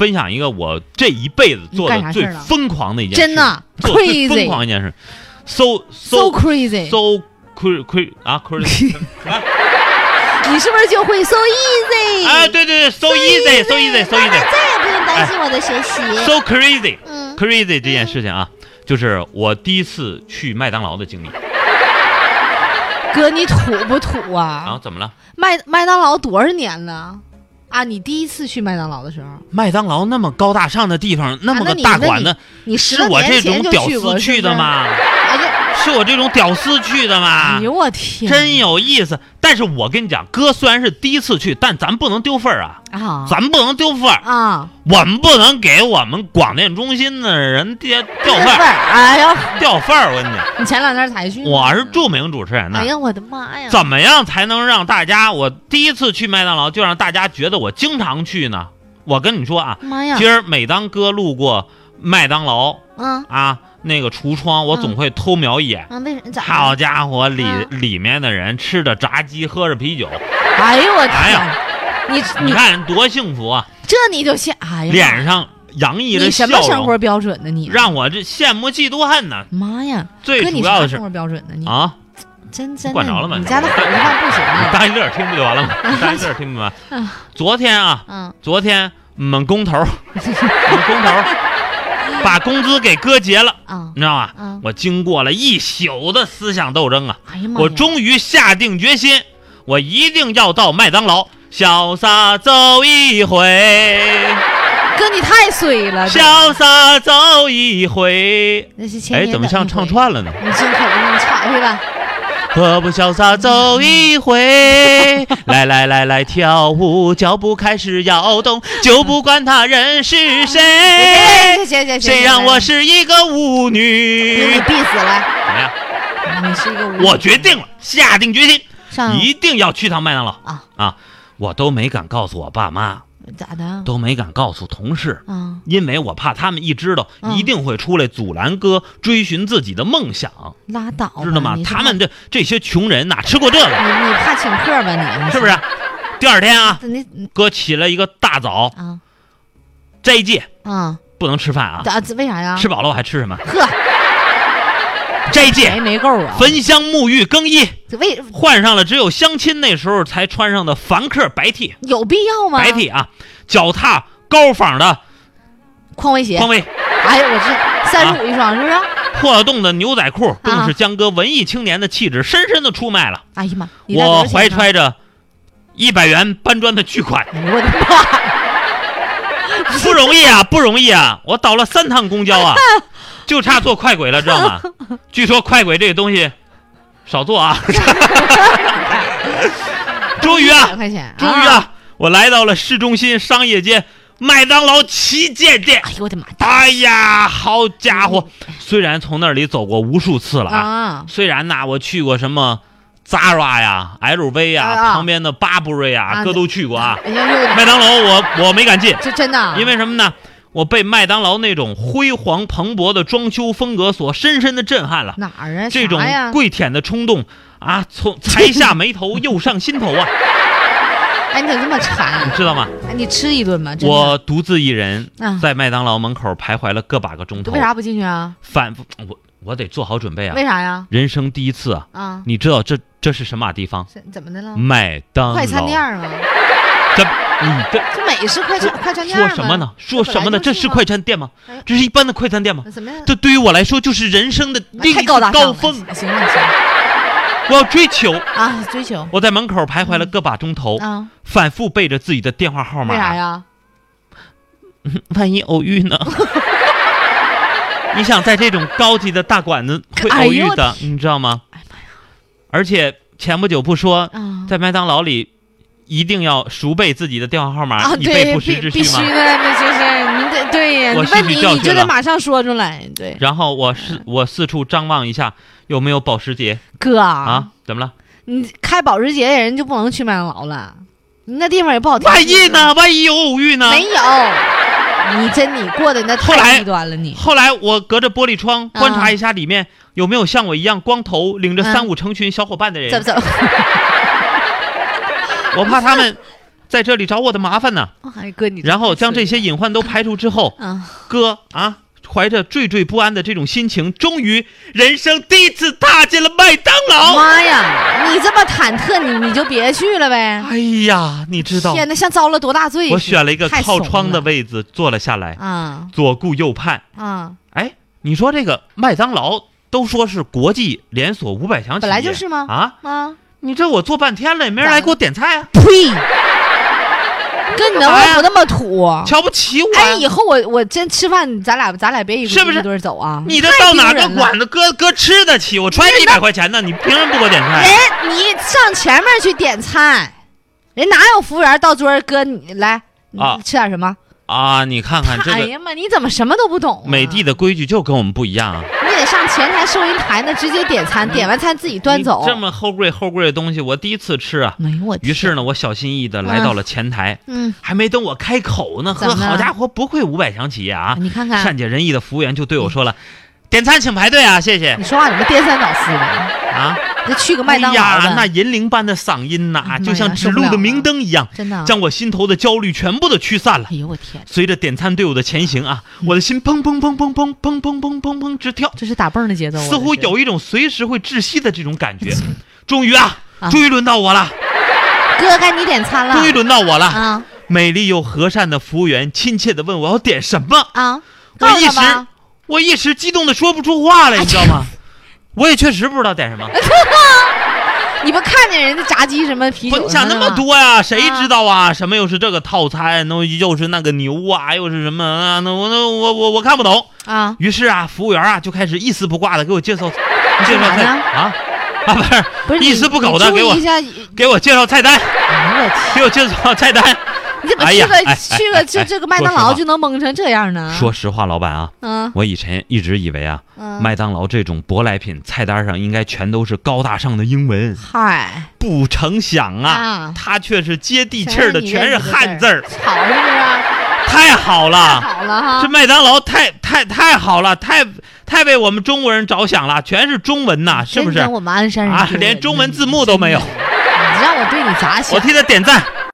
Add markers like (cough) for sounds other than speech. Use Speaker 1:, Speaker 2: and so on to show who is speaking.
Speaker 1: 分享一个我这一辈子做
Speaker 2: 你
Speaker 1: 的
Speaker 2: 干啥
Speaker 1: 最
Speaker 2: 事儿了
Speaker 1: 疯狂的一件事，
Speaker 2: 真的
Speaker 1: 做最疯
Speaker 2: ，crazy
Speaker 1: 狂一件事，so so
Speaker 2: so crazy，
Speaker 1: so cra cra 啊 crazy，
Speaker 2: (laughs) 你是不是就会 so easy？
Speaker 1: 哎，对对对，so easy so easy so
Speaker 3: 妈妈
Speaker 1: easy
Speaker 3: 再也不用担心我的学习。
Speaker 1: so crazy
Speaker 3: 嗯，
Speaker 1: crazy 这件事情啊，就是我第一次去麦当劳的经历。哎
Speaker 2: 哥，你土不土
Speaker 1: 然后
Speaker 2: 啊？
Speaker 1: 怎么了？
Speaker 2: 麦麦当劳多少年了？啊，你第一次去麦当劳的时候，
Speaker 1: 麦当劳那么高大上的地方，那么
Speaker 2: 那
Speaker 1: 个
Speaker 2: 你
Speaker 1: 大
Speaker 2: 那
Speaker 1: 馆
Speaker 2: 你
Speaker 1: 子，
Speaker 2: 你十
Speaker 1: 是
Speaker 2: 多
Speaker 1: 我这
Speaker 2: 年前
Speaker 1: 种
Speaker 2: 就
Speaker 1: 屌
Speaker 2: 去过
Speaker 1: 丝去的？吗？
Speaker 2: 是不是哎呀，
Speaker 1: 是我这种屌丝去的吗
Speaker 2: 哎？呦我天，
Speaker 1: 真有意思。但是我跟你讲，哥虽然是第一次去，但咱不能丢份儿啊，
Speaker 2: 啊
Speaker 1: 咱不能丢份儿，
Speaker 2: 啊，
Speaker 1: 我们不能给我们广电中心的人掉掉份
Speaker 2: 这味
Speaker 1: 儿，
Speaker 2: 儿，哎呀，
Speaker 1: 掉份儿。我跟你讲，
Speaker 2: 你前两天才去呢，
Speaker 1: 我是著名主持人呢
Speaker 2: 哎。呀，我的妈呀！
Speaker 1: 怎么样才能让大家？我第一次去麦当劳，就让大家觉得我经常去呢？我跟你说啊，
Speaker 2: 妈哎呀
Speaker 1: 其！实每当哥路过麦当劳
Speaker 3: 嗯
Speaker 1: 啊那个橱窗，我
Speaker 2: 嗯
Speaker 1: 总会偷瞄一眼。
Speaker 3: 啊，为什么？咋
Speaker 1: 好家伙，里
Speaker 3: 嗯
Speaker 1: 里面的人吃着炸鸡，喝着啤酒，
Speaker 2: 哎呦我
Speaker 1: 哎
Speaker 2: 天，你
Speaker 1: 你
Speaker 2: 你
Speaker 1: 看多幸福啊！
Speaker 2: 这你就羡，嗯哎呀，
Speaker 1: 脸上洋溢着
Speaker 2: 你
Speaker 1: 笑
Speaker 2: 什么生活
Speaker 1: 容，
Speaker 2: 标准呢？你
Speaker 1: 让我这羡慕嫉妒恨呢。
Speaker 2: 妈呀！
Speaker 1: 最
Speaker 2: 哥，
Speaker 1: 主
Speaker 2: 你
Speaker 1: 要
Speaker 2: 啥
Speaker 1: 的是
Speaker 2: 生活标准呢？你
Speaker 1: 啊，
Speaker 2: 真真的，
Speaker 1: 管着了吗
Speaker 2: 你家的混饭不行
Speaker 1: 你
Speaker 2: 啊！
Speaker 1: 大一乐听不就完
Speaker 2: (laughs)
Speaker 1: 了吗？大一乐听不完
Speaker 2: 嗯。
Speaker 1: 昨天啊，
Speaker 3: 嗯，
Speaker 1: 昨天我们工
Speaker 2: (laughs)
Speaker 1: 头儿，我们工头儿把工资给哥结了，
Speaker 3: 啊
Speaker 1: 你知道吗？
Speaker 2: 嗯
Speaker 3: 啊！
Speaker 1: 我经过了一宿的思想斗争啊，
Speaker 2: 哎呀妈呀！
Speaker 1: 我终于下定决心，我一定要到麦当劳潇洒走一回，
Speaker 2: 啊哥你太衰了，这
Speaker 1: 潇洒走一回。
Speaker 2: 那是前
Speaker 1: 哎，
Speaker 2: 年
Speaker 1: 怎么像唱
Speaker 2: 串？
Speaker 1: 串了呢？
Speaker 2: 你进口你岔去吧。
Speaker 1: 何不潇洒走一 (laughs) 回？来来来来，跳舞，脚步开始摇动，就不管他人是谁，
Speaker 2: 行行行，
Speaker 1: 谁让我是一个舞
Speaker 2: 给
Speaker 1: 女
Speaker 2: 你？闭死了？
Speaker 1: 怎么样？
Speaker 2: 你是一个无
Speaker 1: 我决定了，下定决心，
Speaker 2: 上
Speaker 1: 一定要去趟麦当劳
Speaker 2: 啊
Speaker 1: 啊！我都没敢告诉我爸妈，
Speaker 2: 咋的
Speaker 1: 都没敢告诉同事，
Speaker 2: 啊？
Speaker 1: 因为我怕他们一知道，
Speaker 2: 嗯
Speaker 1: 一定会出来阻拦哥追寻自己的梦想，
Speaker 2: 拉倒吧，
Speaker 1: 知道吗
Speaker 2: 哦你？是
Speaker 1: 他们这这些穷人哪吃过这
Speaker 2: 怕
Speaker 1: 个，
Speaker 2: 你你怕请客吧？你
Speaker 1: (laughs) 是不是？？第二天啊，
Speaker 2: 你你
Speaker 1: 哥起了一个大早，
Speaker 2: 啊
Speaker 1: 斋戒，
Speaker 2: 啊
Speaker 1: 不能吃饭啊，
Speaker 2: 咋为啥呀？
Speaker 1: 吃饱了我还吃什么？
Speaker 2: 呵，
Speaker 1: 斋
Speaker 2: 没
Speaker 1: 戒，
Speaker 2: 没够啊？
Speaker 1: 焚香沐浴更衣，
Speaker 2: 为
Speaker 1: 换上了只有相亲那时候才穿上的凡客白 T，
Speaker 2: 有必要吗？
Speaker 1: 白 T 啊，脚踏高仿的
Speaker 2: 匡威鞋，
Speaker 1: 匡威，
Speaker 2: 哎呀，我这三十五一双是不是？
Speaker 1: 破洞的牛仔
Speaker 2: 啊
Speaker 1: 裤，更是江哥文艺青年的气质深深的出卖了。
Speaker 2: 哎呀妈，你带多
Speaker 1: 我
Speaker 2: 少钱
Speaker 1: 怀
Speaker 2: 呢，
Speaker 1: 揣着一百元搬砖的巨款，
Speaker 2: 哎呦我的妈！
Speaker 1: (laughs) 不容易啊，不容易啊！我倒了三趟公交
Speaker 2: (laughs)
Speaker 1: 啊，就差坐快轨了，知道吗？据说快轨这个东西少坐
Speaker 2: (laughs)
Speaker 1: 啊。 (laughs) 终于
Speaker 2: 一
Speaker 1: 啊
Speaker 2: 百，块钱，
Speaker 1: 终于啊，我来到了市中心商业街麦当劳旗舰店。
Speaker 2: 哎呦我的妈！
Speaker 1: 哎呀，好家伙！虽然从那里走过无数次了啊，
Speaker 2: 啊，
Speaker 1: 虽然呐，我去过什么 Zara 呀、LV 呀、
Speaker 2: 啊
Speaker 1: 旁边的 Burberry 呀，
Speaker 2: 啊
Speaker 1: 哥都去过啊。
Speaker 2: 哎呀，呦我的妈
Speaker 1: 麦当劳我我没敢进，
Speaker 2: 这真的啊，
Speaker 1: 因为什么呢？我被麦当劳那种辉煌蓬勃的装修风格所深深的震撼了，
Speaker 2: 哪儿啊？
Speaker 1: 这种
Speaker 2: 啥呀？
Speaker 1: 跪舔的冲动啊，从才下眉头 (laughs) 又上心头啊，
Speaker 2: 哎，你怎么这么
Speaker 1: 你
Speaker 2: 馋？
Speaker 1: 知道吗？
Speaker 2: 哎你吃一顿吧，真的
Speaker 1: 我独自一人
Speaker 2: 啊
Speaker 1: 在麦当劳门口徘徊了个把个钟头
Speaker 2: 为，啥不进去啊？
Speaker 1: 反复我我得做好准备啊
Speaker 2: 为，啥呀？
Speaker 1: 人生第一次啊，
Speaker 2: 啊，
Speaker 1: 你知道这这是什么地方？
Speaker 2: 是怎么的了？
Speaker 1: 麦当劳。
Speaker 2: 嗯快餐店吗？
Speaker 1: 这你嗯这
Speaker 2: 这美食快餐快餐店
Speaker 1: 说
Speaker 2: 吗
Speaker 1: 什么呢？说什么呢？这
Speaker 2: 哎这本来就是吗
Speaker 1: 快餐店吗
Speaker 2: 哎？
Speaker 1: 这是一般的快餐店吗？
Speaker 2: 那怎么样？
Speaker 1: 这对于我来说就是人生的另一
Speaker 2: 哎太
Speaker 1: 次
Speaker 2: 高大上了
Speaker 1: 高峰，
Speaker 2: 行了行了
Speaker 1: 我要追求。
Speaker 2: 啊，追求
Speaker 1: 我在门口徘徊了个把钟头，
Speaker 2: 啊，
Speaker 1: 反复背着自己的电话号
Speaker 2: 为啥
Speaker 1: 码，啊
Speaker 2: 呀？
Speaker 1: 万一偶遇呢？ (laughs) 你想在这种高级的大馆子会
Speaker 2: 哎
Speaker 1: 偶
Speaker 2: 呦
Speaker 1: 遇
Speaker 2: 我哎
Speaker 1: 的，你知道吗？而且前不久不说，
Speaker 2: 啊
Speaker 1: 在麦当劳里一定要熟背自己的电话号码，
Speaker 2: 啊，
Speaker 1: 以备
Speaker 2: 对，
Speaker 1: 不时
Speaker 2: 必
Speaker 1: 之
Speaker 2: 必
Speaker 1: 需
Speaker 2: 须
Speaker 1: 吗？
Speaker 2: 的，那就是你得对呀，你
Speaker 1: 我吸取
Speaker 2: 问你
Speaker 1: 教
Speaker 2: 你
Speaker 1: 训
Speaker 2: 就得
Speaker 1: 了
Speaker 2: 马上说出来，对，
Speaker 1: 然后我
Speaker 2: 嗯
Speaker 1: 四我四处张望一下，有没有保时捷
Speaker 2: 哥
Speaker 1: 啊？怎么了？
Speaker 2: 你开保时捷的人就不能去麦当劳了，那地方也不好听。
Speaker 1: 万一？呢？万一有偶遇呢？
Speaker 2: 没有，你真你过的那
Speaker 1: 后来
Speaker 2: 太极端了你，
Speaker 1: 后来我隔着玻璃窗观察一下里面有没有像我一样光头、领着
Speaker 2: 嗯
Speaker 1: 三五成群小伙伴的人，
Speaker 2: 怎么怎么？
Speaker 1: 我怕他们在这里找我的麻烦
Speaker 2: (laughs)
Speaker 1: 呢。
Speaker 2: 哎哥你，
Speaker 1: 然后将这些哦隐患都排除之后，
Speaker 2: 啊，
Speaker 1: 哥啊，怀着惴惴不安的这种心情，终于人生第一次踏进了麦当劳。
Speaker 2: 嗯妈呀，你这么忐忑，你你就别去了呗。
Speaker 1: 哎呀，你知道，
Speaker 2: 天哪，像遭了多大罪似的！
Speaker 1: 我选了一个
Speaker 2: 太
Speaker 1: 靠
Speaker 2: 怂
Speaker 1: 窗的
Speaker 2: 了
Speaker 1: 位置坐了下来，
Speaker 2: 啊
Speaker 1: 左顾右盼。
Speaker 2: 啊，
Speaker 1: 哎，你说这个麦当劳都说是国际连锁五百强企业，
Speaker 2: 本来就是吗
Speaker 1: 啊，
Speaker 2: 啊，
Speaker 1: 你这我做半天了，也没人
Speaker 2: 咋
Speaker 1: 来
Speaker 2: 了
Speaker 1: 给我点菜啊， (laughs)
Speaker 2: 呸！跟你能
Speaker 1: 干嘛呀
Speaker 2: 不那么土？
Speaker 1: 瞧不起我、啊
Speaker 2: 哎，
Speaker 1: 呀
Speaker 2: 以后我我真吃饭，咱俩咱俩别一
Speaker 1: 是不是
Speaker 2: 一对儿走啊！
Speaker 1: 你这
Speaker 2: 太
Speaker 1: 到哪儿
Speaker 2: 丢
Speaker 1: 都
Speaker 2: 人了
Speaker 1: 管得哥哥吃得起，我揣着一百块钱呢，你凭什么不给我点菜？
Speaker 2: 人，你上前面去点菜，人哪有服务员到桌儿哥你来你
Speaker 1: 啊
Speaker 2: 吃点什么？
Speaker 1: 啊，你看看这
Speaker 2: 哎
Speaker 1: 个
Speaker 2: 呀妈，你怎么什么都不懂、啊？
Speaker 1: 美的，的规矩就跟我们不一样啊！
Speaker 2: 你得上前台收银台那直接点餐，点完餐自己端走
Speaker 1: 你。这么齁贵齁贵的东西，我第一次吃啊。
Speaker 2: 哎呦我天
Speaker 1: 于是，呢，我小心翼翼的来到了前台，
Speaker 2: 嗯，
Speaker 1: 还没等我开口呢，
Speaker 2: 怎
Speaker 1: 呵，
Speaker 2: 么了
Speaker 1: 好家伙，不愧五百强企业啊！
Speaker 2: 你看看，
Speaker 1: 善解人意的服务员就对我说了：“点餐请排队啊，谢谢
Speaker 2: 你说话怎么颠三倒四的？
Speaker 1: 啊！”
Speaker 2: 这去个麦当劳
Speaker 1: 哎呀，
Speaker 2: 的，
Speaker 1: 那银铃般的嗓音呐、
Speaker 2: 哎呀
Speaker 1: 就像指路的明灯一样，
Speaker 2: 真的啊。
Speaker 1: 将我心头的焦虑全部都驱散了。
Speaker 2: 哎呦我天，
Speaker 1: 随着点餐队伍的前行啊，
Speaker 2: 嗯
Speaker 1: 我的心砰砰砰砰砰砰砰砰砰砰直跳，
Speaker 2: 这是打蹦儿的节奏啊，
Speaker 1: 似乎
Speaker 2: 这是
Speaker 1: 有一种随时会窒息的这种感觉。终于啊
Speaker 2: 啊，
Speaker 1: 终于轮到我了，
Speaker 2: 哥该你点餐了。
Speaker 1: 终于轮到我了。
Speaker 2: 啊
Speaker 1: 美丽又和善的服务员亲切地问我要点什么，
Speaker 2: 啊！
Speaker 1: 我
Speaker 2: 告
Speaker 1: 一
Speaker 2: 诉
Speaker 1: 时
Speaker 2: 他吧，哎
Speaker 1: 我一时激动的说不出话来，你知道吗？我也确实不知道点什么，
Speaker 2: 你不看见人家炸鸡什么啤
Speaker 1: 不，
Speaker 2: 酒
Speaker 1: 你
Speaker 2: 什
Speaker 1: 想
Speaker 2: 么
Speaker 1: 那么
Speaker 2: 的吗
Speaker 1: 多呀？谁知道啊？什么又是这个套餐，那又是那个牛啊，又是什么啊？那我那我我我看不懂。
Speaker 2: 啊？
Speaker 1: 于是啊，服务员啊就开始一丝不挂的给我介 (laughs) 绍介绍
Speaker 2: 干嘛
Speaker 1: 菜
Speaker 2: 呢
Speaker 1: 啊啊不是
Speaker 2: 不是
Speaker 1: 一
Speaker 2: 你
Speaker 1: 丝不苟
Speaker 2: 你
Speaker 1: 的
Speaker 2: 注
Speaker 1: 给
Speaker 2: 意
Speaker 1: 我
Speaker 2: 一下，
Speaker 1: 给我介绍菜 (laughs) 单，
Speaker 2: 哎呦我天，
Speaker 1: 给我介绍菜单。
Speaker 2: 你怎么
Speaker 1: 哎
Speaker 2: 去
Speaker 1: 呀
Speaker 2: 个、
Speaker 1: 哎哎
Speaker 2: 去
Speaker 1: 哎
Speaker 2: 个这、
Speaker 1: 哎
Speaker 2: 这个麦当
Speaker 1: 说
Speaker 2: 劳
Speaker 1: 实话
Speaker 2: 就能蒙成这样呢？
Speaker 1: 说实话，老板啊，
Speaker 2: 嗯
Speaker 1: 我以前一直以为啊，
Speaker 2: 嗯，
Speaker 1: 麦当劳这种舶来品菜单上应该全都是高大上的英文，
Speaker 2: 嗨
Speaker 1: 不成想啊，
Speaker 2: 啊，
Speaker 1: 它却是接地气儿的，
Speaker 2: 全
Speaker 1: 全是
Speaker 2: 是你认识的
Speaker 1: 汉字儿，啊
Speaker 2: 好是不是？
Speaker 1: 太好 (laughs) 了。
Speaker 2: 好了哈
Speaker 1: 这，麦当劳太太太好了，太太为我们中国人着想了，全是中文呐，是不
Speaker 2: 真
Speaker 1: 是
Speaker 2: 跟？我们鞍山人
Speaker 1: 啊
Speaker 2: 丢，人
Speaker 1: 连中文字幕都没有，
Speaker 2: 你让我对你咋想
Speaker 1: 我？替他点赞。